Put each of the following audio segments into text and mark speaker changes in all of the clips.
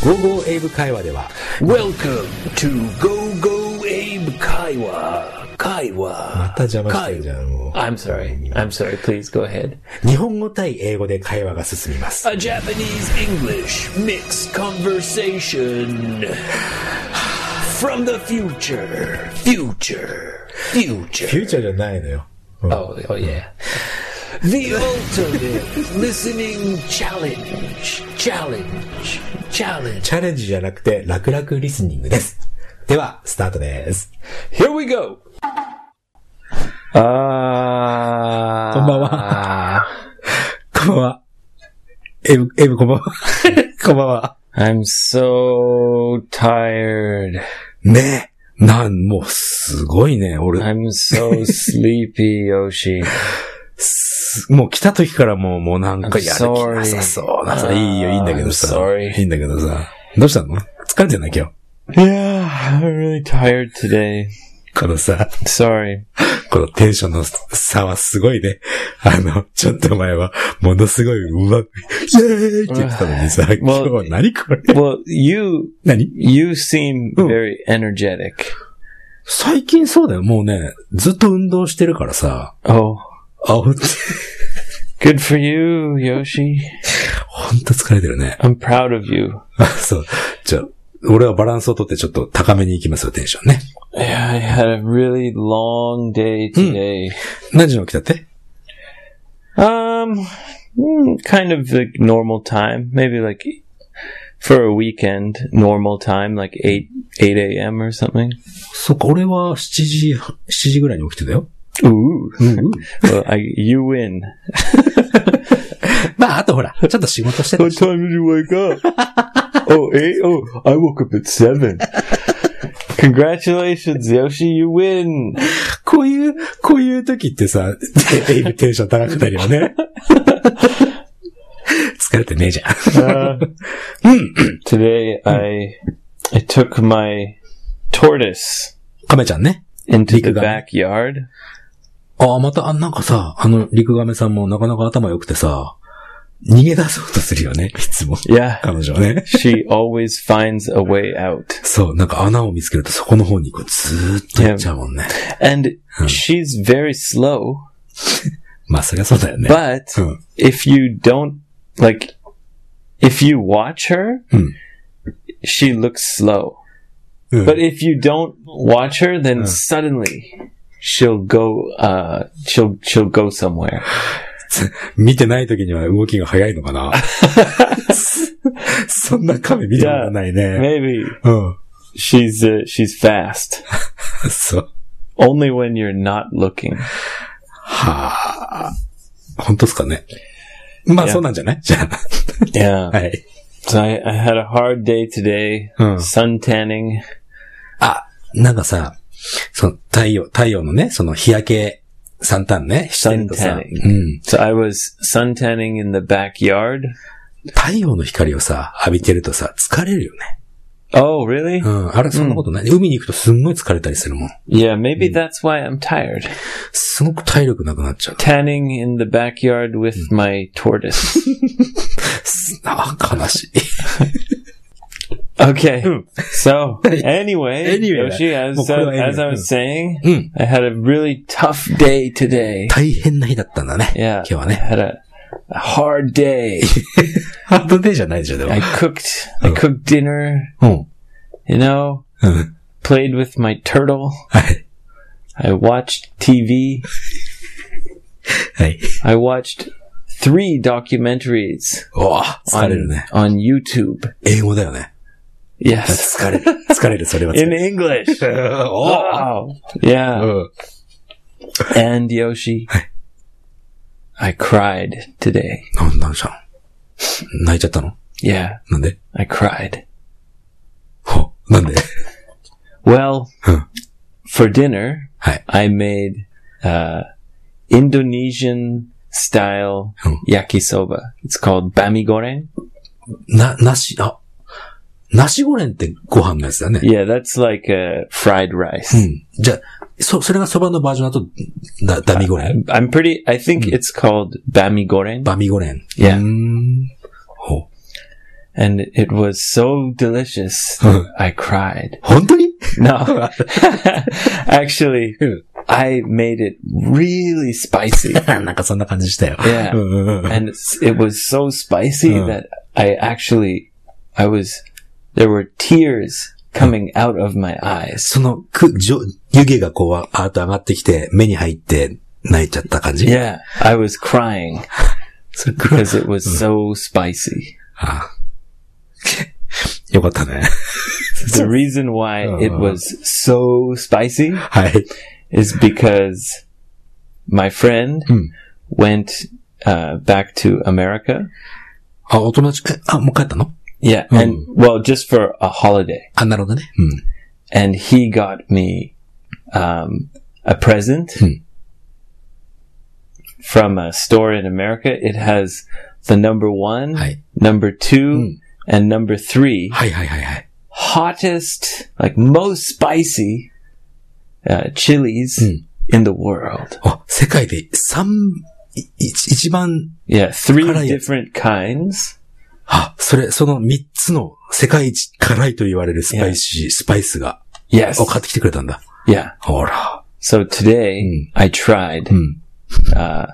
Speaker 1: GoGo 英語会話では
Speaker 2: Welcome to Go Go Abe Kaiwa. Kaiwa.
Speaker 1: また邪魔してるじゃん
Speaker 2: Kaiwa.
Speaker 1: も
Speaker 2: I'm sorry. I'm sorry. Please go ahead.
Speaker 1: う日本語対英語で会話が進みます
Speaker 2: A Japanese English mixed conversation from the future. Future. Future.
Speaker 1: フューチャーじゃないのよ、うん
Speaker 2: Oh, oh yeah. The ultimate listening challenge. Challenge. Challenge.
Speaker 1: チャレンジじゃなくて楽々リスニングですではスタートです
Speaker 2: Here we go. あー。
Speaker 1: こんばん
Speaker 2: Ah.
Speaker 1: こんばんは英語英語こんばん はこんばんは
Speaker 2: I'm so tired.
Speaker 1: ねえなんもうすごいね俺
Speaker 2: I'm so sleepy, Yoshi.
Speaker 1: すもう来た時からもう、もうなんかやる気
Speaker 2: I'm sorry.
Speaker 1: なさそうなさ、いいよ、いいんだけどさ
Speaker 2: I'm。sorry.
Speaker 1: いいんだけどさ。どうしたの疲れてない今日。
Speaker 2: Yeah, I'm really tired today.
Speaker 1: このさ、
Speaker 2: Sorry.
Speaker 1: このテンションの差はすごいね。あの、ちょっと前は、ものすごい、うまく、イエーイって言ってたのにさ、今日は何これ
Speaker 2: Well, you
Speaker 1: 何
Speaker 2: you seem
Speaker 1: Mm.
Speaker 2: very energetic.
Speaker 1: 最近そうだよ、もうね、ずっと運動してるからさ、
Speaker 2: Oh,
Speaker 1: あ、ほんと、
Speaker 2: good for you, Yoshi.
Speaker 1: ほんと疲れてるね。
Speaker 2: I'm proud of you.
Speaker 1: あそう。じゃあ、俺はバランスをとってちょっと高めに行きますよ、テンションね。
Speaker 2: Yeah, I had a really long day today.
Speaker 1: 何時に起きたって
Speaker 2: Um, mm, kind of like normal time, maybe like for a weekend, normal time, like eight eight a.m. or something.
Speaker 1: そっか、俺は7時、7時ぐらいに起きてたよ。
Speaker 2: Ooh, well, I, you win.
Speaker 1: まあ、あとほら、ちょっと仕事してたし。
Speaker 2: time did you wake up? oh, eight. Oh, I woke up at seven. Congratulations, Yoshi, you win.
Speaker 1: こういう、こういう時ってさ、テテンション高くなるよね。疲れてねえじゃん。
Speaker 2: Uh, today I I took my tortoise
Speaker 1: 亀ちゃんね。
Speaker 2: into the
Speaker 1: Big guy.
Speaker 2: backyard.
Speaker 1: ああ、また、あ、なんかさ、あの、陸亀さんもなかなか頭良くてさ、逃げ出そうとするよね、いつも。
Speaker 2: Yeah.
Speaker 1: 彼女はね。
Speaker 2: She always finds a way out.
Speaker 1: そう、なんか穴を見つけるとそこの方にこうずーっと行っちゃうもんね。
Speaker 2: And she's very slow,
Speaker 1: まあ、そりゃそうだよね。
Speaker 2: but
Speaker 1: うん。
Speaker 2: if you don't, like, if you watch her,
Speaker 1: Hmm.
Speaker 2: she looks slow.
Speaker 1: うん
Speaker 2: But if you don't watch her, then suddenly she'll go, uh, she'll, she'll go somewhere.
Speaker 1: 見てない時には動きが早いのかなそんな亀見たことないね。
Speaker 2: Maybe
Speaker 1: うん。
Speaker 2: she's, uh, she's fast.
Speaker 1: そう。
Speaker 2: Only when you're not looking.
Speaker 1: はあ。本当っすかね。まあ、
Speaker 2: や
Speaker 1: そうなんじゃない じゃ
Speaker 2: Yeah.
Speaker 1: あ。はい。
Speaker 2: So I, I had a hard day today.
Speaker 1: Hmm.
Speaker 2: Sun tanning.
Speaker 1: あ、なんかさ、その太陽、太陽のね、その日焼け、サンタンね、してるとさ、
Speaker 2: サン
Speaker 1: うん。
Speaker 2: So I was suntanning in the backyard.
Speaker 1: 太陽の光をさ、浴びてるとさ、疲れるよね。
Speaker 2: Oh, really?
Speaker 1: うん。あれ、そんなことない。海に行くとすんごい疲れたりするもん。
Speaker 2: Yeah, maybe that's why I'm tired.
Speaker 1: すごく体力なくなっちゃう。
Speaker 2: Tanning in the backyard with
Speaker 1: Hmm.
Speaker 2: my tortoise.
Speaker 1: あ、悲 しい。
Speaker 2: Okay. So, anyway,
Speaker 1: Hmm. Anyway.
Speaker 2: Yoshi, as, uh,
Speaker 1: Well, cool,
Speaker 2: as I
Speaker 1: anyway.
Speaker 2: was saying,
Speaker 1: Mm.
Speaker 2: I had a really tough day today.
Speaker 1: 大変な日だったんだね。
Speaker 2: Yeah.
Speaker 1: 今日は
Speaker 2: I
Speaker 1: ね。
Speaker 2: had a, a hard day.
Speaker 1: ハードデーじゃないでしょ、でも
Speaker 2: I cooked, I
Speaker 1: Oh.
Speaker 2: cooked dinner,
Speaker 1: うん。
Speaker 2: you know,
Speaker 1: うん。
Speaker 2: played with my turtle.
Speaker 1: はい。
Speaker 2: I watched TV.
Speaker 1: はい。
Speaker 2: I watched three documentaries
Speaker 1: おぉ、疲
Speaker 2: on,
Speaker 1: れるね。
Speaker 2: on YouTube.
Speaker 1: 英語だよね。
Speaker 2: Yes.
Speaker 1: 疲れる。疲れる、それは疲れ
Speaker 2: In
Speaker 1: る。
Speaker 2: English.
Speaker 1: お
Speaker 2: Wow. Yeah.
Speaker 1: うん。
Speaker 2: And Yoshi, I cried today.
Speaker 1: なんなんじゃん。泣いちゃったの
Speaker 2: Yeah,
Speaker 1: なんで
Speaker 2: I cried.
Speaker 1: ほなんで
Speaker 2: Well,
Speaker 1: Huh.
Speaker 2: for dinner,
Speaker 1: はい。
Speaker 2: I made uh, Indonesian style
Speaker 1: Hmm.
Speaker 2: yakisoba. It's called bami goreng.
Speaker 1: な、なし、あ、なしごれんってご飯のやつだね。
Speaker 2: Yeah, that's like uh, fried
Speaker 1: う
Speaker 2: rice.
Speaker 1: ん。じゃあ、そ、それがそばのバージョンだと、だ、ダミごれん
Speaker 2: I'm pretty. I think it's called bami goreng.
Speaker 1: バミごれん。
Speaker 2: Yeah.
Speaker 1: うーん。ほ
Speaker 2: and it was so delicious.
Speaker 1: Huh.
Speaker 2: I cried.
Speaker 1: 本当に
Speaker 2: No, actually, I made it really spicy,
Speaker 1: なんかそんな感じしたよ。
Speaker 2: Yeah.
Speaker 1: うんうんうん
Speaker 2: and it's- it was so spicy
Speaker 1: Huh.
Speaker 2: that I actually, I was, there were tears coming out of my eyes.
Speaker 1: その、く、じょ、湯気がこう、あーっと上がってきて、目に入って、泣いちゃった感じ
Speaker 2: Yeah, I was crying
Speaker 1: それ
Speaker 2: because it was so spicy.
Speaker 1: ああよかったね。
Speaker 2: The reason why it
Speaker 1: Uh.
Speaker 2: was so spicy
Speaker 1: はい。
Speaker 2: is because my friend
Speaker 1: Hmm.
Speaker 2: went uh, back to America.
Speaker 1: あ、お友達、えあ、もう帰ったの
Speaker 2: Yeah,
Speaker 1: Hmm.
Speaker 2: and well, just for a holiday.
Speaker 1: あ、なるほどね。うん。
Speaker 2: And he got me um, a present
Speaker 1: Hmm.
Speaker 2: from a store in America. It has the number one,
Speaker 1: Hi.
Speaker 2: number two,
Speaker 1: Hmm.
Speaker 2: and number three.
Speaker 1: はいはいはいはい。
Speaker 2: hottest, like most spicy uh, chilies
Speaker 1: Mm.
Speaker 2: in the world.
Speaker 1: あ、世界で三、いい一番、
Speaker 2: Yeah, three
Speaker 1: Karaye.
Speaker 2: different kinds.
Speaker 1: あ、それ、その三つの世界一辛いと言われるスパイシー、スパイスが、
Speaker 2: Yes.
Speaker 1: を買ってきてくれたんだ。
Speaker 2: Yeah.
Speaker 1: ほら。
Speaker 2: So today
Speaker 1: Mm.
Speaker 2: I tried
Speaker 1: Mm.
Speaker 2: uh,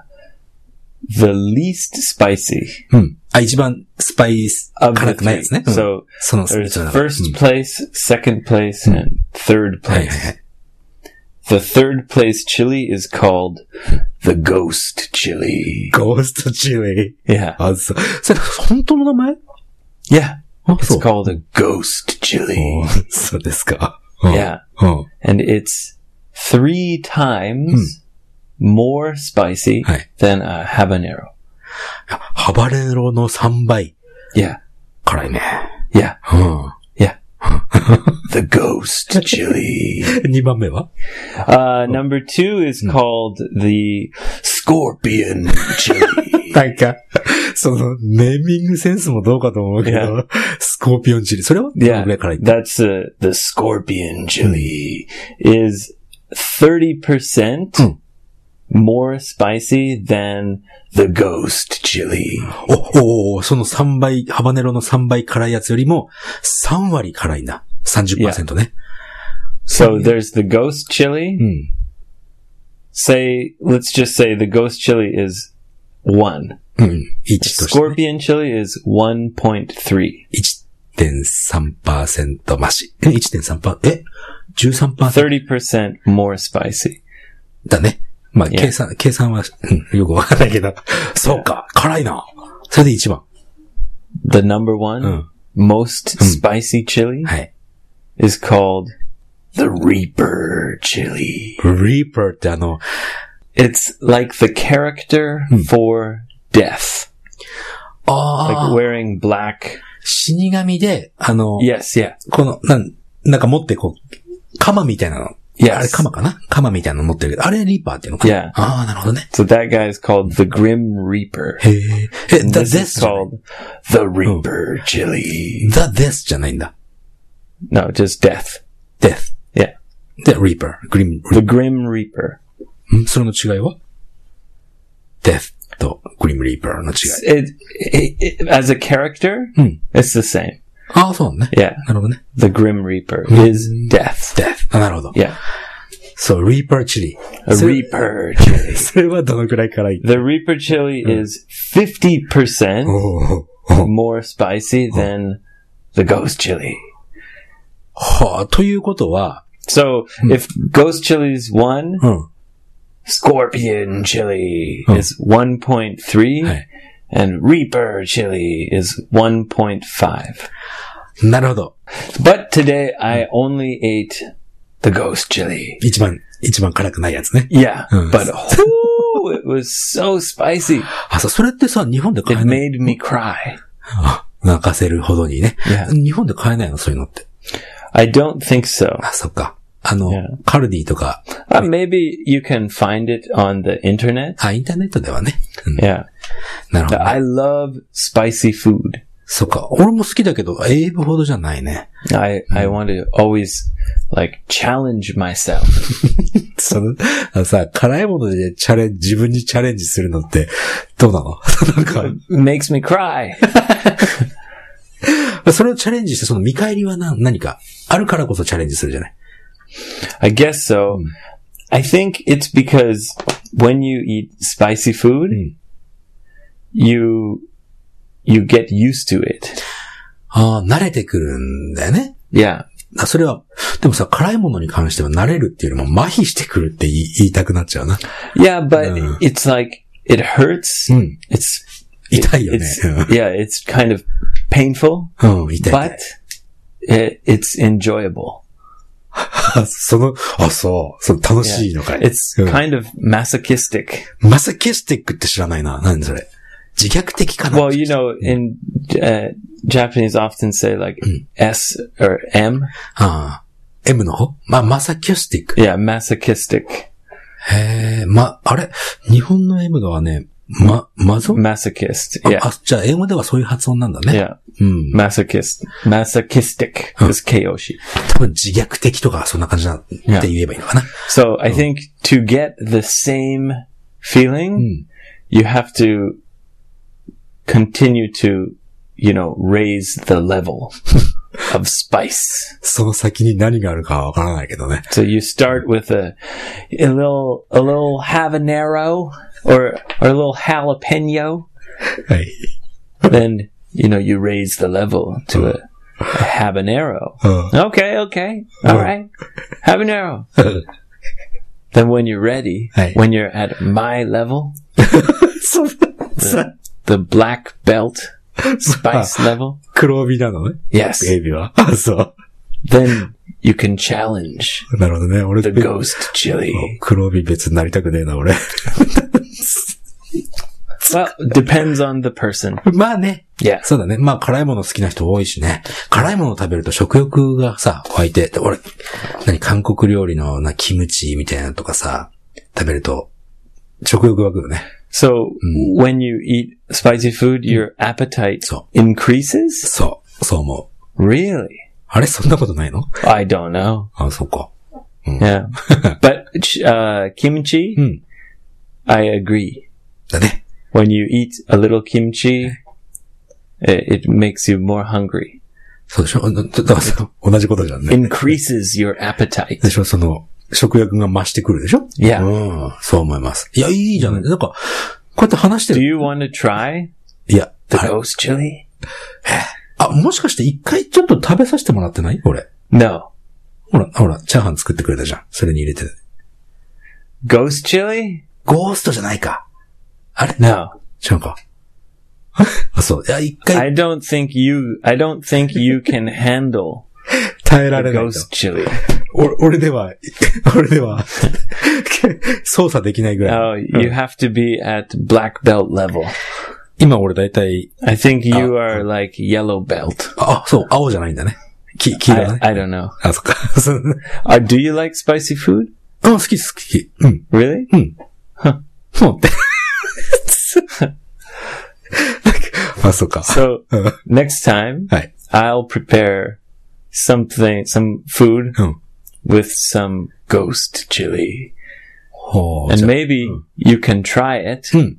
Speaker 2: the least spicy
Speaker 1: うん。あ、一番スパイス、
Speaker 2: of
Speaker 1: 辛
Speaker 2: the
Speaker 1: くない
Speaker 2: three.
Speaker 1: やつね。うん
Speaker 2: So
Speaker 1: その、
Speaker 2: there's
Speaker 1: そうだ
Speaker 2: first
Speaker 1: うん
Speaker 2: place, second place, and third
Speaker 1: はいはい
Speaker 2: place.
Speaker 1: はい。
Speaker 2: The third place chili is called the ghost chili. Oh.
Speaker 1: ゴーストチリ。
Speaker 2: Yeah.
Speaker 1: あ、そう。それ、本当の名前
Speaker 2: Yeah.
Speaker 1: あ、
Speaker 2: It's
Speaker 1: そう。
Speaker 2: called a ghost chili.
Speaker 1: おーそうですか。うん。
Speaker 2: Yeah.
Speaker 1: うん。
Speaker 2: and it's three times Hmm. more spicy
Speaker 1: Hi.
Speaker 2: than a habanero.
Speaker 1: ハバネロの3倍。
Speaker 2: Yeah,
Speaker 1: 辛いね。
Speaker 2: yeah,
Speaker 1: う
Speaker 2: the ghost chili.
Speaker 1: ん。2番目は
Speaker 2: Uh, number two is called the scorpion chili.
Speaker 1: なんか、その、ネーミングセンスもどうかと思うけど、スコーピオンチリ。それはどの
Speaker 2: yeah,
Speaker 1: ぐらい辛い
Speaker 2: that's uh, the scorpion chili is thirty percent.
Speaker 1: Mm.
Speaker 2: More spicy than the ghost chili.
Speaker 1: お、お、お、その3倍、ハバネロの3倍辛いやつよりも、3割辛いんだ。30%ね。
Speaker 2: So
Speaker 1: Hmm.
Speaker 2: there's the ghost chili,
Speaker 1: うん。
Speaker 2: say let's just say the ghost chili is one
Speaker 1: うん。1として。
Speaker 2: scorpion chili is 1.3
Speaker 1: 1.3%増し。え、1.3%? え ?13%?
Speaker 2: 30% more spicy
Speaker 1: だね。まあ、
Speaker 2: Yeah.
Speaker 1: 計算、計算は、うん、よくわかんないけど。そうか、辛いな。それで1番。
Speaker 2: the number one
Speaker 1: Mm.
Speaker 2: most spicy chili
Speaker 1: はい。
Speaker 2: is called the reaper chili
Speaker 1: Reaper ってあの、
Speaker 2: it's like the character
Speaker 1: Hmm.
Speaker 2: for death
Speaker 1: あ
Speaker 2: like
Speaker 1: あ、
Speaker 2: wearing black
Speaker 1: 死神で、あの、
Speaker 2: yes yeah
Speaker 1: この、なん、なんか持ってこう、鎌みたいなの。あれ
Speaker 2: yes
Speaker 1: 鎌かな鎌みたいなの持ってるけど、あれリーパーっていうのか。
Speaker 2: Yeah.
Speaker 1: ああ、なるほどね。
Speaker 2: so that guy is called the grim reaper
Speaker 1: へえ。え、
Speaker 2: and
Speaker 1: the
Speaker 2: this is
Speaker 1: this,
Speaker 2: called the reaper chili
Speaker 1: the this じゃないんだ。
Speaker 2: no just death
Speaker 1: death.
Speaker 2: Yeah.
Speaker 1: で、reaper, grim,
Speaker 2: The Grim Reaper.
Speaker 1: んそれの違いは death と grim reaper の違い。
Speaker 2: It, it, it- as a character,
Speaker 1: Hmm.
Speaker 2: it's the same.
Speaker 1: ああ、そうなのね。
Speaker 2: Yeah.
Speaker 1: なるほどね。
Speaker 2: The Grim Reaper
Speaker 1: Hmm.
Speaker 2: is death.
Speaker 1: death. あなるほど。
Speaker 2: Yeah.
Speaker 1: そう、reaper チリ。
Speaker 2: A
Speaker 1: それ
Speaker 2: Reaper chili.
Speaker 1: それはどのくらい辛い
Speaker 2: The Reaper
Speaker 1: Hmm.
Speaker 2: chili is 50%
Speaker 1: おーおーおー
Speaker 2: more spicy
Speaker 1: Oh.
Speaker 2: than the Ghost chili.
Speaker 1: はあ、ということは、
Speaker 2: So if Ghost chili is 1,
Speaker 1: うん。
Speaker 2: Scorpion chili
Speaker 1: Hmm.
Speaker 2: is 1.3.
Speaker 1: Hey.
Speaker 2: And Reaper chili is 1.5.
Speaker 1: なるほど。
Speaker 2: But today I only ate the ghost chili.
Speaker 1: 一番、一番辛くないやつね。
Speaker 2: Yeah,
Speaker 1: Mm.
Speaker 2: but whoo, it was so spicy.
Speaker 1: あ、そう、それってさ、日本で買
Speaker 2: It
Speaker 1: えない。
Speaker 2: made me cry.
Speaker 1: あ、泣かせるほどにね。
Speaker 2: Yeah.
Speaker 1: 日本で買えないの、そういうのって。
Speaker 2: I don't think so.
Speaker 1: あ、そっか。あの
Speaker 2: Yeah.、
Speaker 1: カルディとか、
Speaker 2: Uh, maybe you can find it on the internet.
Speaker 1: あ、インターネットではね。うん
Speaker 2: Yeah.
Speaker 1: なるほど。
Speaker 2: I love spicy food.
Speaker 1: そっか。俺も好きだけど、エイブほどじゃないね。
Speaker 2: I, I want to always like challenge myself.
Speaker 1: その、あのさ、辛いものでチャレン自分にチャレンジす るのって、どうなのなんか、
Speaker 2: It makes me cry.
Speaker 1: それをチャレンジして、その見返りは何何かあるからこそチャレンジするじゃない。
Speaker 2: I guess so. I think it's because when you eat spicy food,
Speaker 1: Mm.
Speaker 2: you you get used to it.
Speaker 1: ああ、慣れてくるんだよね。
Speaker 2: Yeah.
Speaker 1: あそれは、でもさ、辛いものに関しては慣れるっていうよりも麻痺してくるって言い言いたくなっちゃうな。
Speaker 2: Yeah, but
Speaker 1: Mm.
Speaker 2: it's like it hurts.
Speaker 1: うん。
Speaker 2: It's
Speaker 1: 痛いよね。
Speaker 2: it's Hmm. yeah, it's kind of painful,
Speaker 1: うん、うん痛い痛
Speaker 2: but
Speaker 1: い。
Speaker 2: it, it's enjoyable.
Speaker 1: あその、あ、そう。その楽しいのかい。
Speaker 2: It's
Speaker 1: うん
Speaker 2: kind of masochistic.
Speaker 1: マサケスティックって知らないな。何それ。自虐的かな
Speaker 2: Well, you know, in uh, Japanese often say like S or M.
Speaker 1: ああ。M の方ま、マサキュスティック。
Speaker 2: Yeah, masochistic,
Speaker 1: へえ、ま、あれ日本の M のはね、ま、マゾ、
Speaker 2: masochist.
Speaker 1: あ
Speaker 2: Yeah,
Speaker 1: あ、じゃあ英語ではそういう発音なんだね。
Speaker 2: yeah,
Speaker 1: うん。
Speaker 2: masochist, masochistic is Kyoshi.
Speaker 1: 多分自虐的とかそんな感じだって言
Speaker 2: や
Speaker 1: えばいいのかな。
Speaker 2: So I think to get the same feeling, you have to continue to, you know, raise the level of spice.
Speaker 1: その先に何があるかはわからないけどね。
Speaker 2: So you start with a a little a little habanero or or a little jalapeno,
Speaker 1: はい。
Speaker 2: then you know you raise the level to a, a habanero.
Speaker 1: うん。
Speaker 2: Okay, okay, all right, habanero. Then when you're ready,
Speaker 1: Hey.
Speaker 2: when you're at my level,
Speaker 1: そんな、さ、
Speaker 2: the black belt spice
Speaker 1: あ
Speaker 2: level,
Speaker 1: 黒帯なのね。
Speaker 2: yes,
Speaker 1: エビは。あ、 そ
Speaker 2: then you can challenge
Speaker 1: う。なるほどね。俺
Speaker 2: the ghost chili.
Speaker 1: 黒帯別になりたくねえな、俺。
Speaker 2: Well, depends on the person.
Speaker 1: まあね。
Speaker 2: Yeah.
Speaker 1: そうだね。まあ、辛いもの好きな人多いしね。辛いものを食べると食欲がさ、湧いて、で俺、何、韓国料理のな、キムチみたいなのとかさ、食べると、食欲湧くよね。
Speaker 2: So when you eat spicy food, your appetite
Speaker 1: Hmm. So-
Speaker 2: increases?
Speaker 1: そう、そう思う。
Speaker 2: Really?
Speaker 1: あれ、そんなことないの
Speaker 2: I don't know.
Speaker 1: あ、そっか。
Speaker 2: Yeah. but uh, kimchi,
Speaker 1: Hmm.
Speaker 2: I agree.
Speaker 1: だね。
Speaker 2: When you eat a little kimchi, it, it makes you more hungry.
Speaker 1: そうでしょだだからさ、同じことじゃんね。
Speaker 2: Increases your appetite.
Speaker 1: でしょその、食欲が増してくるでしょ
Speaker 2: Yeah.
Speaker 1: うん、そう思います。いや、いいじゃない。なんか、こうやって話して
Speaker 2: Do
Speaker 1: る。
Speaker 2: you want to try
Speaker 1: いや、
Speaker 2: the
Speaker 1: あれ
Speaker 2: ghost chili?
Speaker 1: あ、もしかして一回ちょっと食べさせてもらってない俺。
Speaker 2: No.
Speaker 1: ほら、ほら、チャーハン作ってくれたじゃん。それに入れて。
Speaker 2: Ghost chili?
Speaker 1: ゴーストじゃないか。あれ
Speaker 2: No.
Speaker 1: 違うか。 あ、そう。いや、一回
Speaker 2: I don't think you, I don't think you can handle
Speaker 1: 耐えら
Speaker 2: the
Speaker 1: れないと。
Speaker 2: ghost chili.
Speaker 1: 俺俺では、 俺では、 操作できないぐらい。
Speaker 2: Oh, you have to be at black belt level.
Speaker 1: 今俺大体、
Speaker 2: I think
Speaker 1: Oh.
Speaker 2: you are like yellow belt.
Speaker 1: あ、そう、青じゃないんだね。き黄色だね。
Speaker 2: I, I don't know.
Speaker 1: あ、そっか。 そう
Speaker 2: Uh, do you like spicy food?
Speaker 1: あ、好き好き。うん。
Speaker 2: Really?
Speaker 1: Hmm. そうって。 あ、そうか。
Speaker 2: So
Speaker 1: うん
Speaker 2: next time
Speaker 1: はい。
Speaker 2: I'll prepare something, some food
Speaker 1: うん。
Speaker 2: with some ghost chili.
Speaker 1: ほう。じ
Speaker 2: And
Speaker 1: ゃ
Speaker 2: maybe you can try it
Speaker 1: Hmm.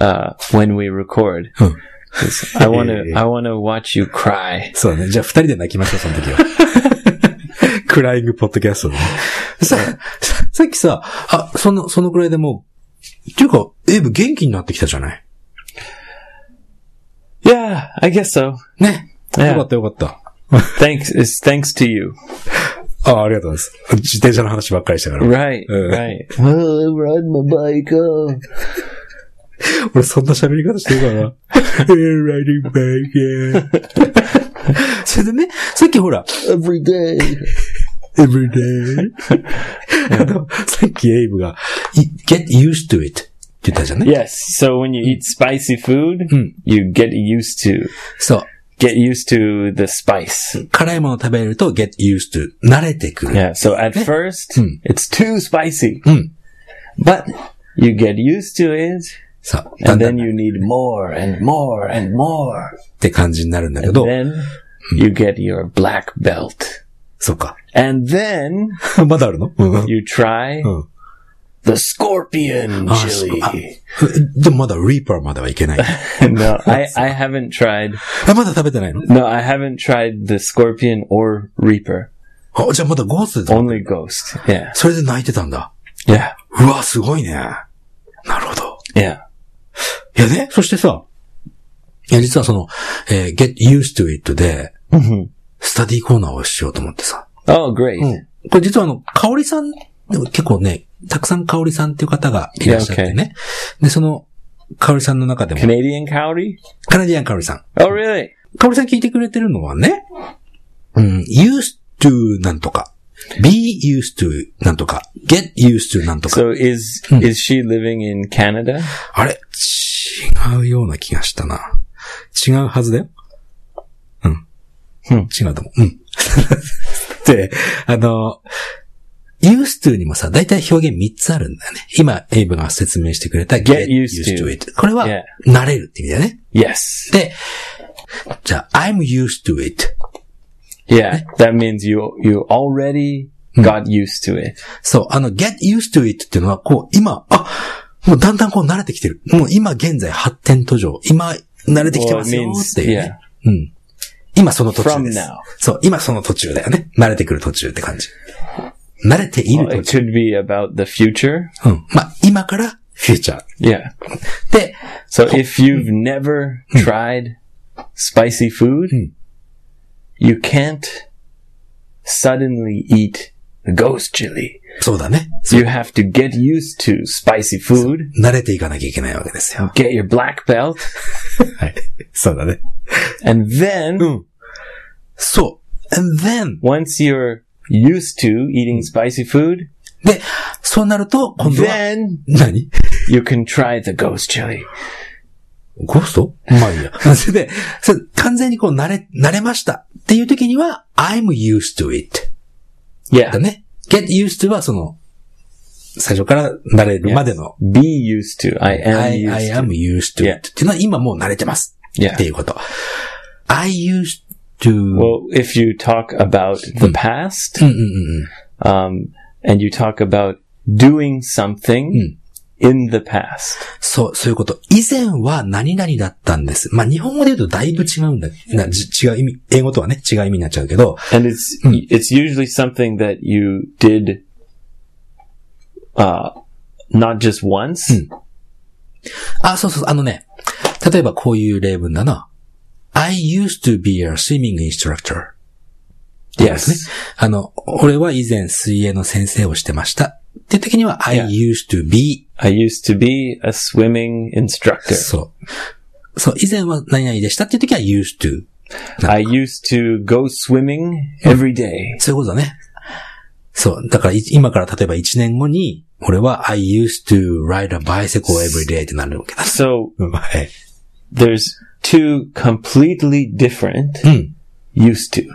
Speaker 2: uh, when we record.
Speaker 1: Hmm.
Speaker 2: 'Cause I want to, I want to watch you cry.
Speaker 1: そうだね。じゃあ、二人で泣きましょう、その時 は。クライングポッドキャストでね。さ、ささっきさ、あ、その、そのくらいでもう、っていうか、エイブ元気になってきたじゃない
Speaker 2: Yeah, I guess so.
Speaker 1: ね。
Speaker 2: ね
Speaker 1: よかったよかった。
Speaker 2: Thanks, it's thanks to you.
Speaker 1: あ、ありがとうございます。自転車の話ばっかりしたから。
Speaker 2: Right,
Speaker 1: Uh.
Speaker 2: right. Well, I ride my bike up.
Speaker 1: 俺そんな喋り方して るからな。riding back, yeah. それでね、さっきほら、
Speaker 2: every day.
Speaker 1: every day. あの、さっきエイブが、い get used to it って言ったじゃない
Speaker 2: Yes. So when you eat spicy food,
Speaker 1: Mm.
Speaker 2: you get used to
Speaker 1: そう。
Speaker 2: get used to the spice.
Speaker 1: 辛いものを食べると get used to 慣れてくる。
Speaker 2: Yeah. So at first,
Speaker 1: Mm.
Speaker 2: it's too spicy,
Speaker 1: Mm.
Speaker 2: but you get used to it,
Speaker 1: さあ、だん
Speaker 2: and
Speaker 1: だん
Speaker 2: then
Speaker 1: っ
Speaker 2: you need more and more and more.
Speaker 1: て感じになるんだけ
Speaker 2: And
Speaker 1: ど、
Speaker 2: then you get your black belt,
Speaker 1: そうか。
Speaker 2: and then
Speaker 1: まだあるのうん。
Speaker 2: you try
Speaker 1: Mm.
Speaker 2: the scorpion
Speaker 1: Ah,
Speaker 2: chili.
Speaker 1: でもまだリーパーまではいけ ない。
Speaker 2: no, I, I haven't tried.
Speaker 1: あ、まだ食べてないの
Speaker 2: No, I haven't tried the scorpion or reaper.
Speaker 1: あ、じゃあまだゴーストで、
Speaker 2: Only ghost. Yeah.
Speaker 1: それで泣いてたんだ。
Speaker 2: Yeah.
Speaker 1: うわ、すごいね。なるほど。
Speaker 2: Yeah.
Speaker 1: いやね、そしてさ、いや、実はその、えー get used to it で、
Speaker 2: Mhm.
Speaker 1: スタディーコーナーをしようと思ってさ。
Speaker 2: oh, great.
Speaker 1: これ実はあの、香織さん、でも結構ね、たくさん香織さんっていう方がいらっしゃってね。で、その、香織さんの中でも、
Speaker 2: Canadian cowrie?
Speaker 1: カナディアン香織さん。
Speaker 2: Oh, really?
Speaker 1: 香織さん聞いてくれてるのはね、うん、used to なんとか、be used to なんとか、get used to なんとか。
Speaker 2: So is is she living in Canada?
Speaker 1: あれ違うような気がしたな。違うはずだよ。うん。
Speaker 2: うん
Speaker 1: 違うと思う。うん。 で、あの、used to にもさ、だいたい表現3つあるんだよね。今、エイブが説明してくれた
Speaker 2: Get used to
Speaker 1: it。これは、
Speaker 2: Yeah.
Speaker 1: 慣れるって意味だよね。
Speaker 2: Yes.
Speaker 1: で、じゃあ、I'm used to it。
Speaker 2: Yeah. That means you you already got used to it.
Speaker 1: そう、あの、get used to it っていうのは、こう、今、あ、もうだんだんこう慣れてきてる。もう今現在発展途上。今、慣れてきてますよ
Speaker 2: Well, it means-
Speaker 1: っていうね。うん。今その途中です
Speaker 2: From now.。
Speaker 1: そう、今その途中だよね。慣れてくる途中って感じ。慣れている
Speaker 2: Well,
Speaker 1: 途
Speaker 2: it
Speaker 1: 中。
Speaker 2: could be about the future.
Speaker 1: うん。まあ、今からフューチャー。
Speaker 2: Yeah.
Speaker 1: で、
Speaker 2: So if you've never tried spicy food, you can't suddenly eat ghost chili.
Speaker 1: そうだね。そう
Speaker 2: You have to get used to spicy food,
Speaker 1: 慣れていかなきゃいけないわけですよ。
Speaker 2: get your black belt,
Speaker 1: はい。そうだね。
Speaker 2: and then
Speaker 1: そう。and then,
Speaker 2: once you're used to eating spicy food,
Speaker 1: で、そうなると、今度は、
Speaker 2: then
Speaker 1: 何
Speaker 2: you can try the ghost chili.
Speaker 1: ゴーストまあ いいや。それで、それ完全にこう慣れ、慣れましたっていう時には、I'm used to it だ
Speaker 2: Yeah.
Speaker 1: ね。get used to はその、最初から慣れるまでの、
Speaker 2: Be used to. I am
Speaker 1: I,
Speaker 2: used
Speaker 1: I
Speaker 2: to.
Speaker 1: am used to
Speaker 2: Yeah.
Speaker 1: it っていうのは今もう慣れてます。
Speaker 2: Yeah.
Speaker 1: っていうこと。I used to,
Speaker 2: Well, if you talk about the
Speaker 1: Mm-hmm.
Speaker 2: past,
Speaker 1: うんうんうんうん。
Speaker 2: um, and you talk about doing
Speaker 1: Mm.
Speaker 2: something in the past.
Speaker 1: そう、そういうこと。以前は何々だったんです。まあ日本語で言うとだいぶ違うんだ。なじ違う意味、英語とはね、違う意味になっちゃうけど、
Speaker 2: And it's
Speaker 1: Mm.
Speaker 2: it's usually something that you did uh not just once.
Speaker 1: Mm. あ、そうそう、あのね、例えばこういう例文だな。I used to be a swimming instructor. ね
Speaker 2: Yes.。
Speaker 1: あの、俺は以前水泳の先生をしてました。っていう時には、I used to be.
Speaker 2: I used to be a swimming instructor.
Speaker 1: そう。そう、以前は何々でしたっていう時は used to.
Speaker 2: I used to go swimming every day.
Speaker 1: そういうことだね。そう。だからい、今から例えば1年後に、俺は I used to ride a bicycle every day ってなるわけだ。
Speaker 2: So
Speaker 1: うんはい。
Speaker 2: there's two completely different
Speaker 1: Hmm.
Speaker 2: used to.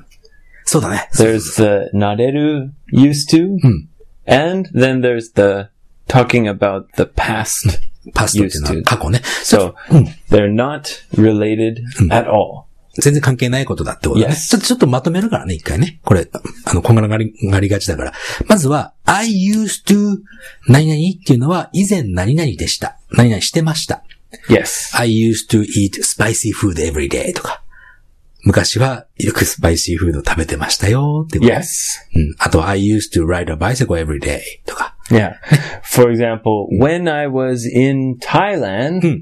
Speaker 1: そうだね。
Speaker 2: There's the nareru used to,
Speaker 1: Hmm.
Speaker 2: and then there's the talking about the past.
Speaker 1: パストっていうのは
Speaker 2: used to
Speaker 1: 過去ね。
Speaker 2: So
Speaker 1: Hmm.
Speaker 2: they're not related at all.
Speaker 1: 全然関係ないことだってことだね。
Speaker 2: Yes.
Speaker 1: ちょっと、ちょっとまとめるからね、一回ね。これ、あの、こんがらがり、がりがちだから。まずは、I used to 何々っていうのは、以前何々でした。何々してました。
Speaker 2: Yes.
Speaker 1: I used to eat spicy food every day とか。昔は、よくスパイシーフード食べてましたよってこと。
Speaker 2: Yes.
Speaker 1: うん。あと、I used to ride a bicycle every day とか。
Speaker 2: Yeah. For example, when I was in Thailand,
Speaker 1: Hmm.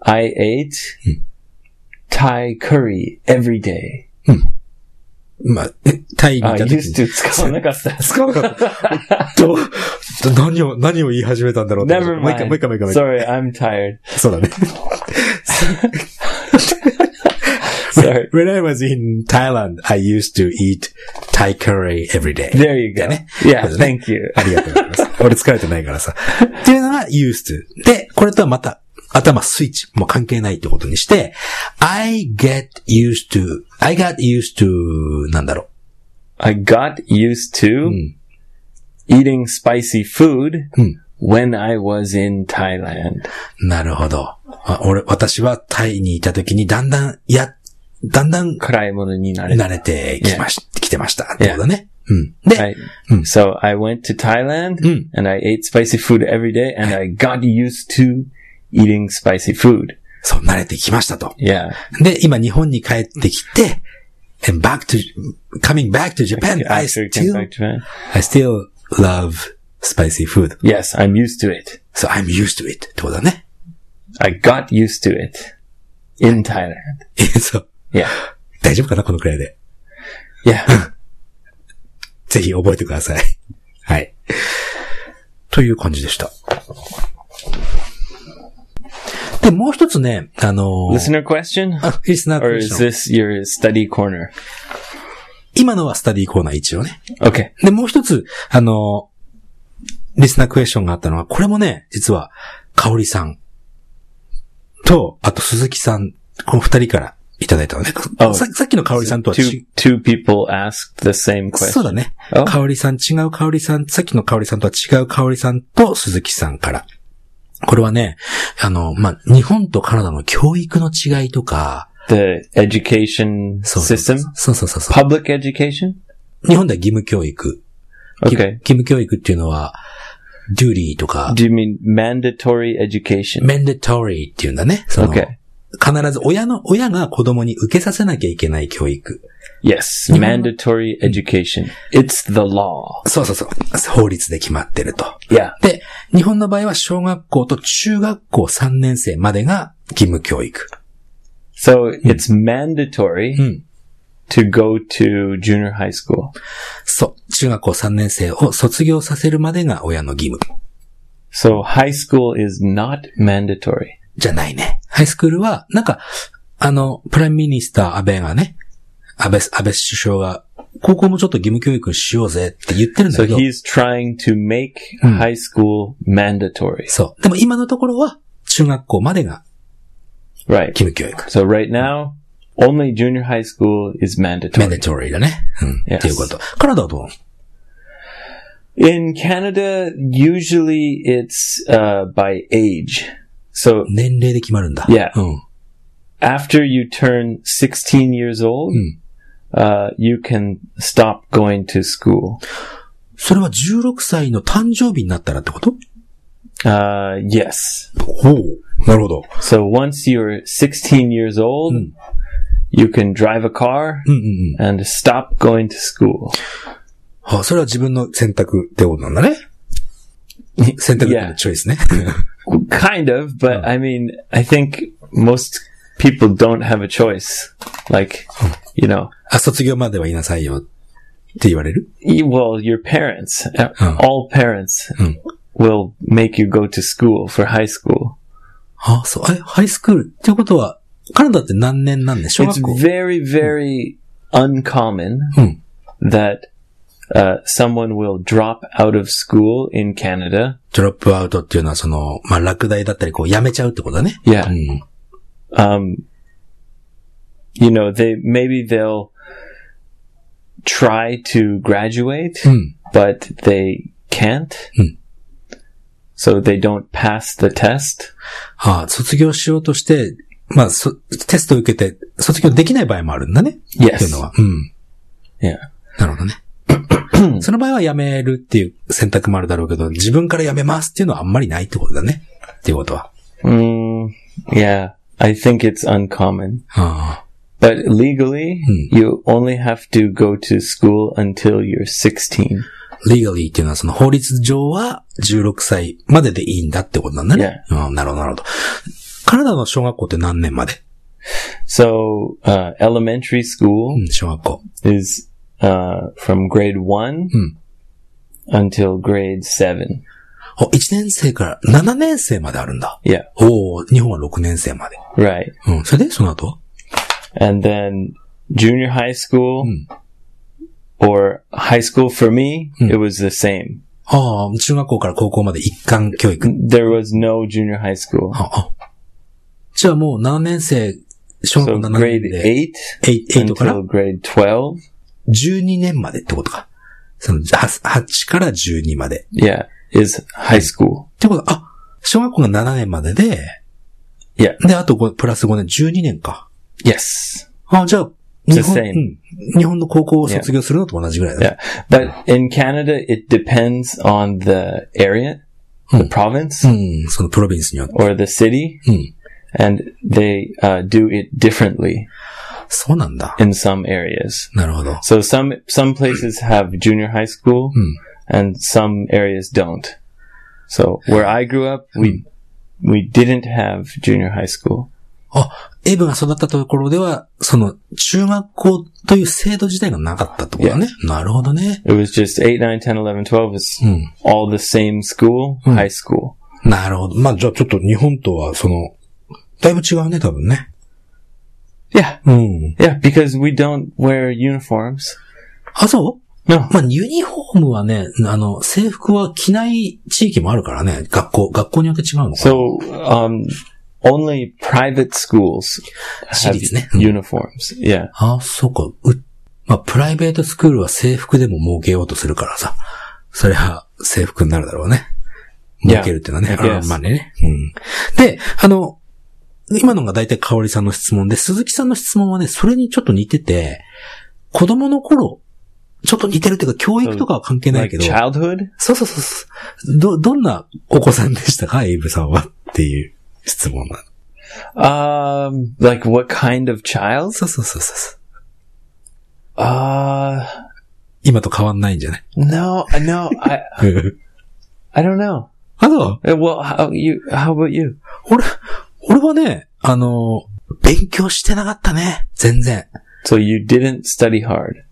Speaker 2: I ate Thai curry every day.
Speaker 1: まあ、 えタイに行
Speaker 2: I
Speaker 1: った時に
Speaker 2: used。to 使わなかった。
Speaker 1: 使わなか ったどうど何を、何を言い始めたんだろうって
Speaker 2: Never
Speaker 1: もう一回、
Speaker 2: mind.
Speaker 1: もう一回、もう一回。もう一回
Speaker 2: Sorry, I'm tired.
Speaker 1: そうだね。
Speaker 2: Sorry.
Speaker 1: When I was in Thailand, I used to eat Thai curry every day.
Speaker 2: There you go. Yeah, thank you.
Speaker 1: ありがとうございます。俺疲れてないから さ。っていうのが used to. で、これとはまた、頭スイッチもう関係ないってことにして、I get used to, I got used to, なんだろ
Speaker 2: I got used to eating spicy food when I was in Thailand.
Speaker 1: う。なるほど。あ俺、私はタイにいた時にだんだん、や、だんだん
Speaker 2: 辛いものになれた。
Speaker 1: 慣れてきまし、来てました。ってことだね。うん。で、
Speaker 2: I,
Speaker 1: Mm.
Speaker 2: So I went to Thailand
Speaker 1: Mm.
Speaker 2: and I ate spicy food every day and I got used to eating spicy food.
Speaker 1: そう、慣れてきましたと。
Speaker 2: Yeah.
Speaker 1: で、今日本に帰ってきて、and back to, coming back to Japan, I
Speaker 2: After it came
Speaker 1: still,
Speaker 2: back to Japan.
Speaker 1: I still love spicy food.
Speaker 2: Yes, I'm used to it.
Speaker 1: So I'm used to it. ってことだね。
Speaker 2: I got used to it in Thailand.
Speaker 1: そう。
Speaker 2: Yeah.
Speaker 1: 大丈夫かなこのくらいで。
Speaker 2: Yeah.
Speaker 1: ぜひ覚えてください。 はい。という感じでした。で、もう一つね、あのー
Speaker 2: Listener question?
Speaker 1: あ、リスナー
Speaker 2: Or
Speaker 1: クエス
Speaker 2: is
Speaker 1: チョン
Speaker 2: this your study corner?
Speaker 1: 今のはスタディコーナー一応ね。
Speaker 2: Okay.
Speaker 1: で、もう一つ、あのーリスナークエスチョンがあったのは、これもね、実は、香織さんと、あと鈴木さん、この二人からいただいたのね。
Speaker 2: あ
Speaker 1: ささっきの香織さんとは違
Speaker 2: Two, two people asked the same
Speaker 1: そう
Speaker 2: question.
Speaker 1: だね。
Speaker 2: あ
Speaker 1: 香りさん、違う香りさん、さっきの香りさんとは違う香りさんと鈴木さんから。これはね、あの、まあ、日本とカナダの教育の違いとか、
Speaker 2: The education
Speaker 1: そうそうそ
Speaker 2: system?
Speaker 1: うそうそうそう
Speaker 2: Public education?
Speaker 1: 日本では義務教育。義
Speaker 2: Okay.
Speaker 1: 義務教育っていうのは、デューリーとか、
Speaker 2: Do you mean mandatory education?
Speaker 1: メンデトリーっていうんだね。その
Speaker 2: Okay.
Speaker 1: 必ず親の、親が子供に受けさせなきゃいけない教育。
Speaker 2: Yes,
Speaker 1: You know-
Speaker 2: mandatory education. It's the law.
Speaker 1: そうそうそう。法律で決まってると。
Speaker 2: Yeah.
Speaker 1: で、日本の場合は小学校と中学校3年生までが義務教育。
Speaker 2: So it's mandatory
Speaker 1: Mm.
Speaker 2: to go to junior high school.
Speaker 1: そう。中学校3年生を卒業させるまでが親の義務。
Speaker 2: So high school is not mandatory.
Speaker 1: じゃないね。ハイスクールは、なんか、あの、プライムミニスター安倍がね、安倍、安倍首相が、高校もちょっと義務教育しようぜって言ってるんだ
Speaker 2: So
Speaker 1: けど、
Speaker 2: he's trying to make
Speaker 1: Mm.
Speaker 2: high school mandatory.
Speaker 1: そう。でも今のところは、中学校までが
Speaker 2: Right.
Speaker 1: 義務教育。
Speaker 2: So right now, only junior high school is
Speaker 1: メ
Speaker 2: mandatory.
Speaker 1: ンデトリーだね。うん。
Speaker 2: Yes.
Speaker 1: っていうこと。カナダはどう
Speaker 2: In Canada, usually it's uh, by age. So
Speaker 1: 年齢で決まるんだ。
Speaker 2: Yeah.
Speaker 1: うん。
Speaker 2: after you turn 16 years old,
Speaker 1: Mm.
Speaker 2: uh, you can stop going to school.
Speaker 1: それは16歳の誕生日になったらってこと
Speaker 2: Uh, yes.
Speaker 1: ほう。なるほど。
Speaker 2: So once you're 16 years old,
Speaker 1: Mm.
Speaker 2: you can drive a car
Speaker 1: うんうんうん。
Speaker 2: and stop going to school.
Speaker 1: あ、それは自分の選択ってことなんだね。選択ってのチョイスね。
Speaker 2: Kind of, but I mean, I think most people don't have a choice. Like, you know,
Speaker 1: あ、卒業までは言いなさいよって言われる
Speaker 2: y- e, well, your parents, uh,
Speaker 1: Oh.
Speaker 2: all parents
Speaker 1: Mm.
Speaker 2: will make you go to school for high school.
Speaker 1: あ、そう、え、ハイスクールってことは、カナダって何年なんで小
Speaker 2: It's
Speaker 1: 学校
Speaker 2: very, very uncommon
Speaker 1: うん。
Speaker 2: that uh, someone will drop out of school in Canada.
Speaker 1: ドロップアウトっていうのはその、まあ、落第だったり、こう、やめちゃうってことだね。
Speaker 2: Yeah.
Speaker 1: うん。
Speaker 2: Um, you know, they maybe they'll try to graduate,
Speaker 1: うん。
Speaker 2: but they can't.
Speaker 1: Hmm.
Speaker 2: So they don't pass the test.
Speaker 1: あ卒業しようとして、まあ、そテストを受けて、卒業できない場合もあるんだね。っていう
Speaker 2: Yes.
Speaker 1: のは。うん。
Speaker 2: Yeah.
Speaker 1: なるほどね。 その場合はやめるっていう選択もあるだろうけど、自分からやめますっていうのはあんまりないってことだね。っていうことは。
Speaker 2: Mm, yeah. I think it's uncommon.
Speaker 1: あ
Speaker 2: But legally,
Speaker 1: Hmm.
Speaker 2: you only have to go to school until you're 16.
Speaker 1: あ。legally っていうのはその法律上は16歳まででいいんだってことなんだね。うん、なるほど、なるほど。カナダの小学校って何年まで
Speaker 2: So, uh, elementary
Speaker 1: う
Speaker 2: school
Speaker 1: ん、小学校。
Speaker 2: is uh, from grade one
Speaker 1: Hmm.
Speaker 2: until grade seven.
Speaker 1: お、1年生から7年生まであるんだ。
Speaker 2: Yeah,
Speaker 1: おお日本は6年生まで。
Speaker 2: right.
Speaker 1: うん、それでその後
Speaker 2: And then junior high school
Speaker 1: Hmm.
Speaker 2: or high school for me, it was the same.
Speaker 1: ああ、中学校から高校まで一貫教育。
Speaker 2: There was no junior high school.
Speaker 1: ああ。じゃあもう7年生、小学
Speaker 2: So
Speaker 1: 校7年
Speaker 2: grade
Speaker 1: で、
Speaker 2: eight
Speaker 1: 8から
Speaker 2: until grade 12.
Speaker 1: 12年までってことか。その、8, 8から12まで。
Speaker 2: Yeah, is high school.
Speaker 1: ってことは、あ、小学校が7年までで、
Speaker 2: いや
Speaker 1: で、あと5、プラス5年、12年か。
Speaker 2: Yes.
Speaker 1: あ、じゃあ、日
Speaker 2: It's the
Speaker 1: 本
Speaker 2: same.
Speaker 1: うん日本の高校を卒業するのと同じぐらいだね。
Speaker 2: Yeah. But in Canada, it depends on the area, the province,
Speaker 1: うん、そのプロビンスによって。
Speaker 2: or the city,
Speaker 1: うん。
Speaker 2: and they uh, do it differently
Speaker 1: そうなんだ。
Speaker 2: in some areas.
Speaker 1: なるほど。
Speaker 2: So some some places have junior high school, and some areas don't. So where I grew up, we we didn't have junior high school.
Speaker 1: あ、エイブが育ったところでは、その、中学校という制度自体がなかったってことだね。なるほどね。
Speaker 2: It was just 8, 9, 10, 11, 12 is all the same school, high school.
Speaker 1: なるほど。まあ、じゃあちょっと日本とは、その、だいぶ違うね、多分ね。
Speaker 2: Yeah.
Speaker 1: うん。
Speaker 2: Yeah, because we don't wear uniforms.
Speaker 1: あ、そう
Speaker 2: No.
Speaker 1: まあ、ユニフォームはね、あの、制服は着ない地域もあるからね。学校、学校によって違うのかな。
Speaker 2: So um, only private schools have
Speaker 1: Cities, ne?
Speaker 2: uniforms. Yeah.
Speaker 1: あ、そうか。う、まあ、プライベートスクールは制服でも儲けようとするからさ。それは制服になるだろうね。儲けるっていうのはね。
Speaker 2: Yeah, I
Speaker 1: あ
Speaker 2: guess.
Speaker 1: まあね。うん。で、あの、今のが大体香織さんの質問で、鈴木さんの質問はね、それにちょっと似てて、子供の頃、ちょっと似てるっていうか、教育とかは関係ない
Speaker 2: Like
Speaker 1: けど、
Speaker 2: childhood?
Speaker 1: そうそうそうそう。ど、どんなお子さんでしたかエイブさんはっていう質問なの。
Speaker 2: Um, like what kind of child?
Speaker 1: そうそうそうそうそう。
Speaker 2: Uh,
Speaker 1: 今と変わんないんじゃない
Speaker 2: no, no, I, I don't know.
Speaker 1: あとは、
Speaker 2: Uh, Well, how you, how about you?
Speaker 1: 俺、俺はね、あの、勉強してなかったね。全然。
Speaker 2: So you didn't study hard.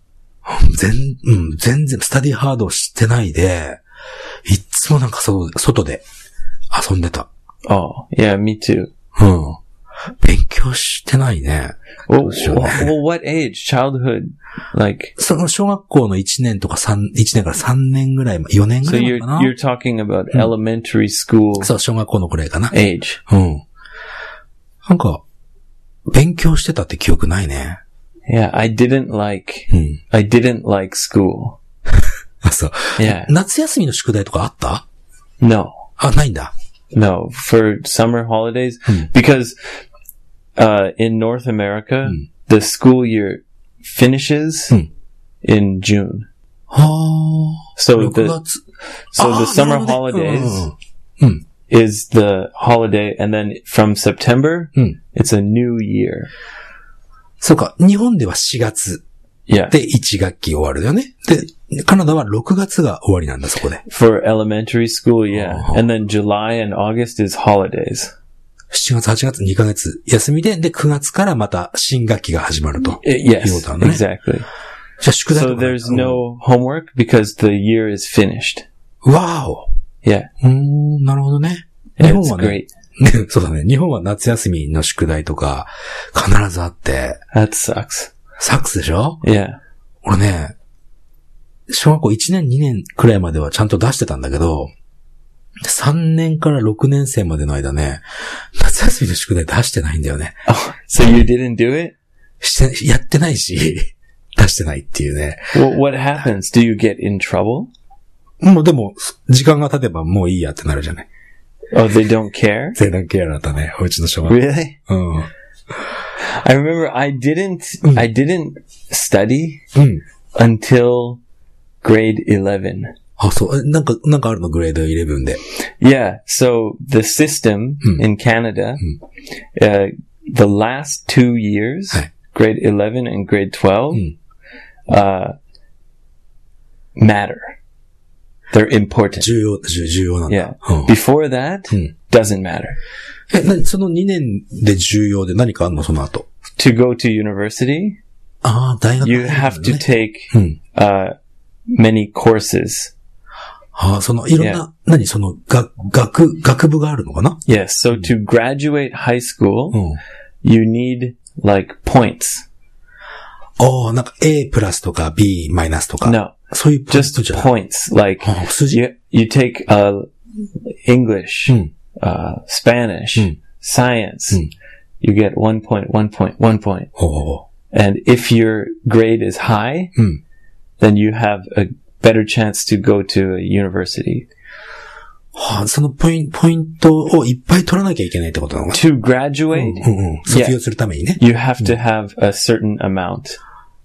Speaker 1: 全、うん、全然、スタディハードしてないで、いっつもなんかそう、外で遊んでた。
Speaker 2: Oh, yeah, me too.
Speaker 1: うん。勉強してないね。
Speaker 2: Well,
Speaker 1: Sure.
Speaker 2: well, well, what age? Childhood? Like,
Speaker 1: その小学校の1年とか3、1年から3年ぐらいま、4年ぐ
Speaker 2: so
Speaker 1: らいまで
Speaker 2: you're,
Speaker 1: かな。
Speaker 2: you're talking about elementary school
Speaker 1: そう、小学校の頃やかな。
Speaker 2: age.
Speaker 1: うん。なんか、勉強してたって記憶ないね。
Speaker 2: Yeah, I didn't like,
Speaker 1: うん。
Speaker 2: I didn't like school.
Speaker 1: あ、そう。
Speaker 2: Yeah.
Speaker 1: 夏休みの宿題とかあった
Speaker 2: No,
Speaker 1: あ、ないんだ。
Speaker 2: no, for summer holidays
Speaker 1: Hmm.
Speaker 2: because uh, in North America the school year finishes
Speaker 1: Hmm.
Speaker 2: in June.
Speaker 1: はあ。
Speaker 2: So
Speaker 1: 6
Speaker 2: the
Speaker 1: 月。
Speaker 2: so the
Speaker 1: あー
Speaker 2: summer
Speaker 1: なるほどね
Speaker 2: holidays
Speaker 1: うん
Speaker 2: is the holiday, and then from September
Speaker 1: Hmm.
Speaker 2: it's a new year.
Speaker 1: そうか。日本では4月
Speaker 2: Yeah,
Speaker 1: で1学期終わるよね。で、カナダは6月が終わりなんだ、そこで。
Speaker 2: for elementary school, yeah,
Speaker 1: Oh.
Speaker 2: and then July and August is holidays.
Speaker 1: 7月、8月、2ヶ月休みで、で、9月からまた新学期が始まると。
Speaker 2: I-
Speaker 1: いうこ
Speaker 2: Eh, yes,
Speaker 1: とだね。じゃ
Speaker 2: exactly.
Speaker 1: あ宿題
Speaker 2: So
Speaker 1: とか。
Speaker 2: there's no homework because the year is finished.
Speaker 1: わーお。
Speaker 2: Yeah,
Speaker 1: うーん、なるほどね。日本
Speaker 2: it's
Speaker 1: はね、
Speaker 2: great.
Speaker 1: ね、 そうだね。日本は夏休みの宿題とか、必ずあって、
Speaker 2: That sucks.
Speaker 1: サックスでしょ
Speaker 2: Yeah.
Speaker 1: 俺ね、小学校1年2年くらいまではちゃんと出してたんだけど、3年から6年生までの間ね、夏休みの宿題出してないんだよね。
Speaker 2: Oh, so you didn't do it?
Speaker 1: して、やってないし、 出してないっていうね。
Speaker 2: Well, what happens? Do you get in trouble?
Speaker 1: もうでも、時間が経てばもういいやってなるじゃない。
Speaker 2: Oh, they don't care?
Speaker 1: ゼランケアだったね、うちの小学
Speaker 2: Really?
Speaker 1: 校。うん。
Speaker 2: I remember I didn't I didn't study
Speaker 1: うん。
Speaker 2: until grade 11.
Speaker 1: あ、そう。えなんか、なんかあるのグレード11で。
Speaker 2: Yeah, so the system in Canada uh, the last 2 years,
Speaker 1: Hi.
Speaker 2: grade 11 and grade 12
Speaker 1: Mm.
Speaker 2: uh, matter. They're important.
Speaker 1: 重要、重重要なんだ。
Speaker 2: Yeah.
Speaker 1: うん
Speaker 2: Before that,
Speaker 1: Mm.
Speaker 2: doesn't matter.
Speaker 1: え、なに、その2年で重要で何かあんのその後。
Speaker 2: To go to university,
Speaker 1: ああ、大学、
Speaker 2: you have to take
Speaker 1: うん。
Speaker 2: uh, many courses.
Speaker 1: ああ、その、いろんな、何、その、が、学、学部があるのかな
Speaker 2: Yes. Oh. So to graduate high school,
Speaker 1: ん。
Speaker 2: you need like points.
Speaker 1: ああ、なんか A プラスとか B マイナスとか。
Speaker 2: No,
Speaker 1: そういうポイン
Speaker 2: just
Speaker 1: トじゃない。
Speaker 2: Ah. points. Oh. Like
Speaker 1: ああ、数字。
Speaker 2: you, you take uh, English,
Speaker 1: うん。
Speaker 2: uh, Spanish,
Speaker 1: Mm.
Speaker 2: science.
Speaker 1: Mm.
Speaker 2: You get one point, one point, one point.
Speaker 1: おお。
Speaker 2: And if your grade is high,
Speaker 1: Mm.
Speaker 2: then you have a better chance to go to a university.
Speaker 1: はあ、そのポイント、ポイントをいっぱい取らなきゃいけないってことなのか
Speaker 2: To graduate,
Speaker 1: うんうん。卒業するためにね。
Speaker 2: you have to have a certain amount.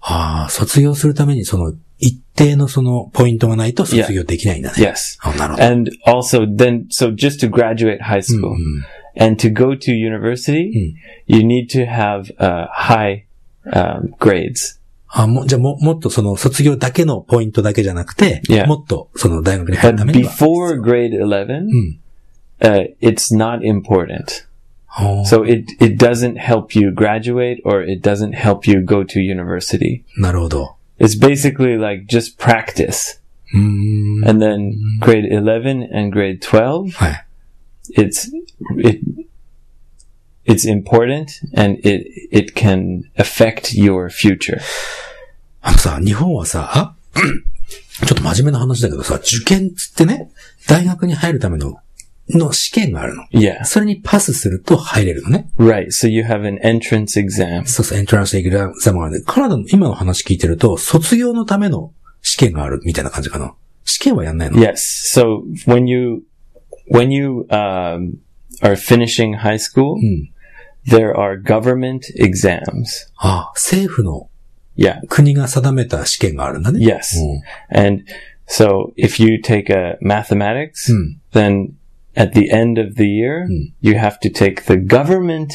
Speaker 1: ああ、卒業するためにその、一定のその、ポイントがないと卒業できないんだね。
Speaker 2: Yes.
Speaker 1: あなるほど。
Speaker 2: And also then, so just to graduate high school
Speaker 1: うん
Speaker 2: and to go to university, you need to have uh, high um, grades.
Speaker 1: あもじゃあも、もっとその、卒業だけのポイントだけじゃなくて、
Speaker 2: Yeah.
Speaker 1: もっとその、大学に入るた
Speaker 2: But
Speaker 1: めには。
Speaker 2: before grade 11, uh, it's not important.
Speaker 1: ほう
Speaker 2: So it, it doesn't help you graduate or it doesn't help you go to university.
Speaker 1: なるほど。
Speaker 2: It's basically like just practice.
Speaker 1: うーん。
Speaker 2: And then grade 11 and grade 12,
Speaker 1: はい。
Speaker 2: it's, it, it's important and it, it can affect your future.
Speaker 1: あのさ、日本はさ、 ちょっと真面目な話だけどさ、受験っつってね、大学に入るための、の試験があるの。
Speaker 2: Yeah.
Speaker 1: それにパスすると入れるのね。
Speaker 2: Right. So you have an entrance exam.
Speaker 1: そうそう、エントランスエグザムがあるんで、カナダの今の話聞いてると、卒業のための試験があるみたいな感じかな。試験はやんないの
Speaker 2: Yes. So when you, when you, um, are finishing high school,
Speaker 1: Hmm.
Speaker 2: there are government exams.
Speaker 1: ああ、政府の
Speaker 2: Yeah.
Speaker 1: 国が定めた試験があるんだね。
Speaker 2: Yes. And so if you take a mathematics,
Speaker 1: うん。うん。
Speaker 2: then at the end of the year, you have to take the government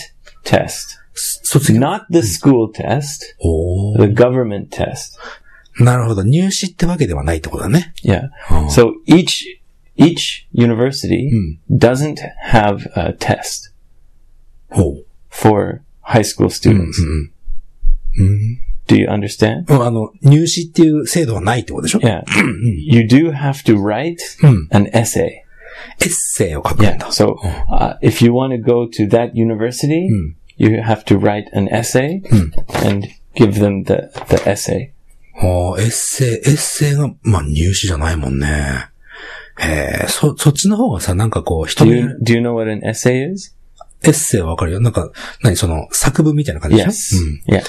Speaker 2: test,
Speaker 1: 卒業。
Speaker 2: not the school test,
Speaker 1: おー
Speaker 2: the government test.
Speaker 1: なるほど。入試ってわけではないってことだね。
Speaker 2: Yeah.
Speaker 1: Oh.
Speaker 2: So each, each university doesn't have a test
Speaker 1: ほう。
Speaker 2: for high school students.
Speaker 1: うん。
Speaker 2: Do you understand?
Speaker 1: うん、あの、入試っていう制度はないってことでしょ
Speaker 2: Yeah. you do have to write an essay.
Speaker 1: エッセイを書くん
Speaker 2: Yeah.
Speaker 1: だ。
Speaker 2: So uh, if you want to go to that university, you have to write an essay and give them the, the essay.
Speaker 1: ああ、エッセイ、エッセイが、まあ、入試じゃないもんね。へえ、そ、そっちの方がさ、なんかこう、人
Speaker 2: Do
Speaker 1: に、
Speaker 2: you, do you know what an essay is?
Speaker 1: エッセイはわかるよ。なんか、何その、作文みたいな感じで
Speaker 2: Yes.
Speaker 1: しょ、うん、
Speaker 2: Yeah.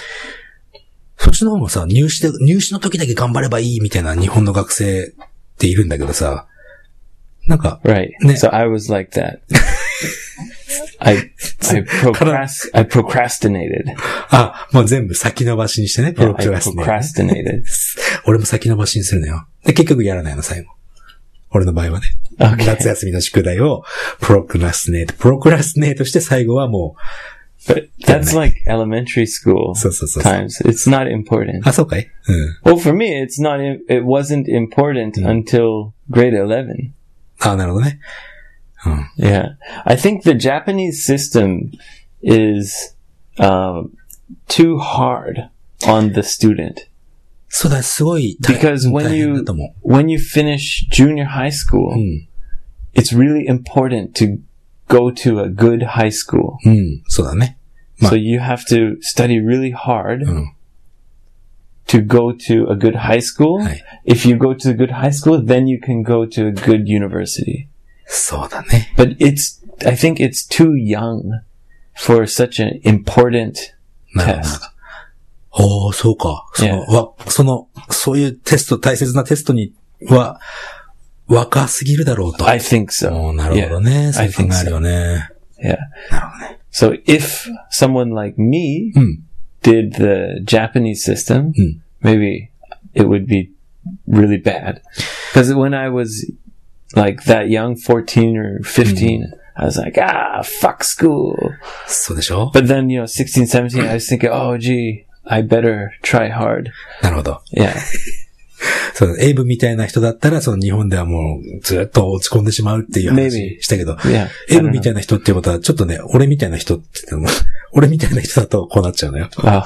Speaker 1: そっちの方がさ、入試で、入試の時だけ頑張ればいいみたいな日本の学生っているんだけどさ、なんか、
Speaker 2: Right.
Speaker 1: Ne-
Speaker 2: So I was like that. I, I, procrast- I procrastinated.
Speaker 1: あ、もう全部先延ばしにしてね、プ
Speaker 2: Yeah,
Speaker 1: ロ
Speaker 2: I
Speaker 1: クラスね。
Speaker 2: procrastinated.
Speaker 1: 俺も先延ばしにするのよ。で、結局やらないの、最後。俺の場合はね。
Speaker 2: Okay.
Speaker 1: 夏休みの宿題を、プロクラスネート。プロクラスネートして最後はも
Speaker 2: But that's like elementary school
Speaker 1: So, so, so, so.
Speaker 2: times. It's not important.
Speaker 1: う、あ、そうかいうん。
Speaker 2: Well, for me, it's not. im- It wasn't important
Speaker 1: Hmm.
Speaker 2: until grade eleven.
Speaker 1: あ、なるほどね。
Speaker 2: Yeah, I think the Japanese system is um, too hard on the student
Speaker 1: そうだ、すごい大
Speaker 2: because
Speaker 1: 変
Speaker 2: when
Speaker 1: 大変だ
Speaker 2: you
Speaker 1: と思
Speaker 2: when you finish junior high school,
Speaker 1: Mm.
Speaker 2: it's really important to go to a good high school.
Speaker 1: う。うん、そうだね。Ma-
Speaker 2: So you have to study really hard
Speaker 1: Mm.
Speaker 2: to go to a good high school.
Speaker 1: Aye.
Speaker 2: If you go to a good high school, then you can go to a good university.
Speaker 1: そうだね。
Speaker 2: But it's, I think it's too young for such an important
Speaker 1: なるほどな
Speaker 2: test.
Speaker 1: おー、そうか。その、
Speaker 2: Yeah.
Speaker 1: わ、その、そういうテスト、大切なテストには、若すぎるだろうと。
Speaker 2: I think so.
Speaker 1: おーなるほど
Speaker 2: Yeah,
Speaker 1: ね。そう
Speaker 2: I
Speaker 1: いう考
Speaker 2: think
Speaker 1: える
Speaker 2: so.
Speaker 1: よね。
Speaker 2: Yeah.
Speaker 1: なるほどね。
Speaker 2: So if someone like me
Speaker 1: Mm.
Speaker 2: did the Japanese system,
Speaker 1: Mm.
Speaker 2: maybe it would be really bad. Because when I was like that young, 14 or 15, I was like, ah, fuck school.
Speaker 1: そうでしょ
Speaker 2: But then, you know, 16, 17, I was thinking, oh, gee, I better try hard.
Speaker 1: なるほど。
Speaker 2: Yeah.
Speaker 1: そのエイブみたいな人だったら、その日本ではもうずっと落ち込んでしまうっていう
Speaker 2: Maybe.
Speaker 1: 話したけど、
Speaker 2: Yeah.
Speaker 1: エイブみたいな人っていうことは、ちょっとね、俺みたいな人って言っても、 俺みたいな人だとこうなっちゃうのよ。
Speaker 2: Oh,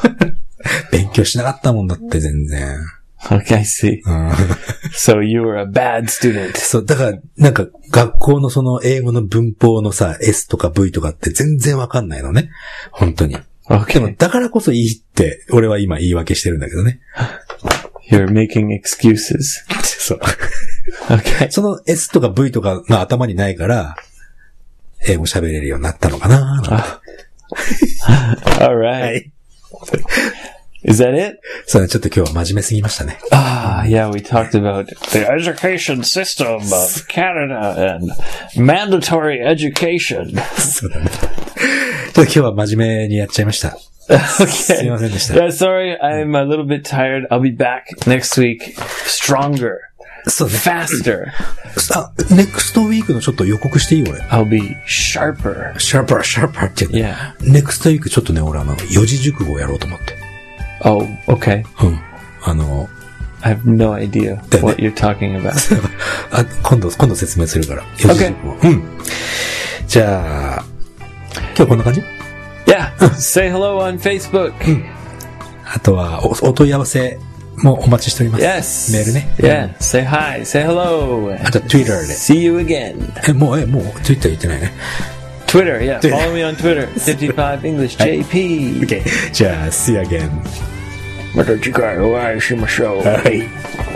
Speaker 1: 勉強しなかったもんだって全然。
Speaker 2: okay, I see.
Speaker 1: うん、
Speaker 2: So you were a bad student.
Speaker 1: そう、だから、なんか学校のその英語の文法のさ、S とか V とかって全然わかんないのね。本当に。でも、
Speaker 2: Okay.
Speaker 1: だからこそいいって、俺は今言い訳してるんだけどね。
Speaker 2: You're making excuses.
Speaker 1: そう。
Speaker 2: Okay.
Speaker 1: その S とか V とかが頭にないから、英語喋れるようになったのかななんて
Speaker 2: All right. Is that it?
Speaker 1: そうね、ちょっと今日は真面目すぎましたね。
Speaker 2: Ah, yeah, we talked about the education system of Canada and mandatory education.
Speaker 1: そうだね。ちょっと今日は真面目にやっちゃいました。 すいませんでした。
Speaker 2: Yeah, sorry, I'm a little bit tired. I'll be back next week, stronger,
Speaker 1: そうね。
Speaker 2: faster.
Speaker 1: あ、ネクストウィークのちょっと予告していい俺。
Speaker 2: I'll be sharper.
Speaker 1: シャーパー、シャーパーって言うね
Speaker 2: Yeah.
Speaker 1: ネクストウィークちょっとね、俺あの、四字熟語をやろうと思って。
Speaker 2: Oh, okay.
Speaker 1: うん。あの、
Speaker 2: I have no idea
Speaker 1: Damn
Speaker 2: what
Speaker 1: it.
Speaker 2: you're talking about.
Speaker 1: あ、今度、今度説明するから。四字熟語。うん。じゃあ、今日こんな感じ
Speaker 2: Yeah, say hello on Facebook.
Speaker 1: あとはお、お問い合わせもお待ちしております。
Speaker 2: Yes.
Speaker 1: メールね。
Speaker 2: Yeah, say hi, say hello.
Speaker 1: あと、Twitter で。
Speaker 2: See you again.
Speaker 1: え、もう、え、もう、Twitter 言ってないね。
Speaker 2: Twitter, yeah.
Speaker 1: Twitter.
Speaker 2: Follow me on Twitter. 55 English JP.
Speaker 1: OK。じゃあ、See you again.
Speaker 2: また次回お会いしましょう。はい。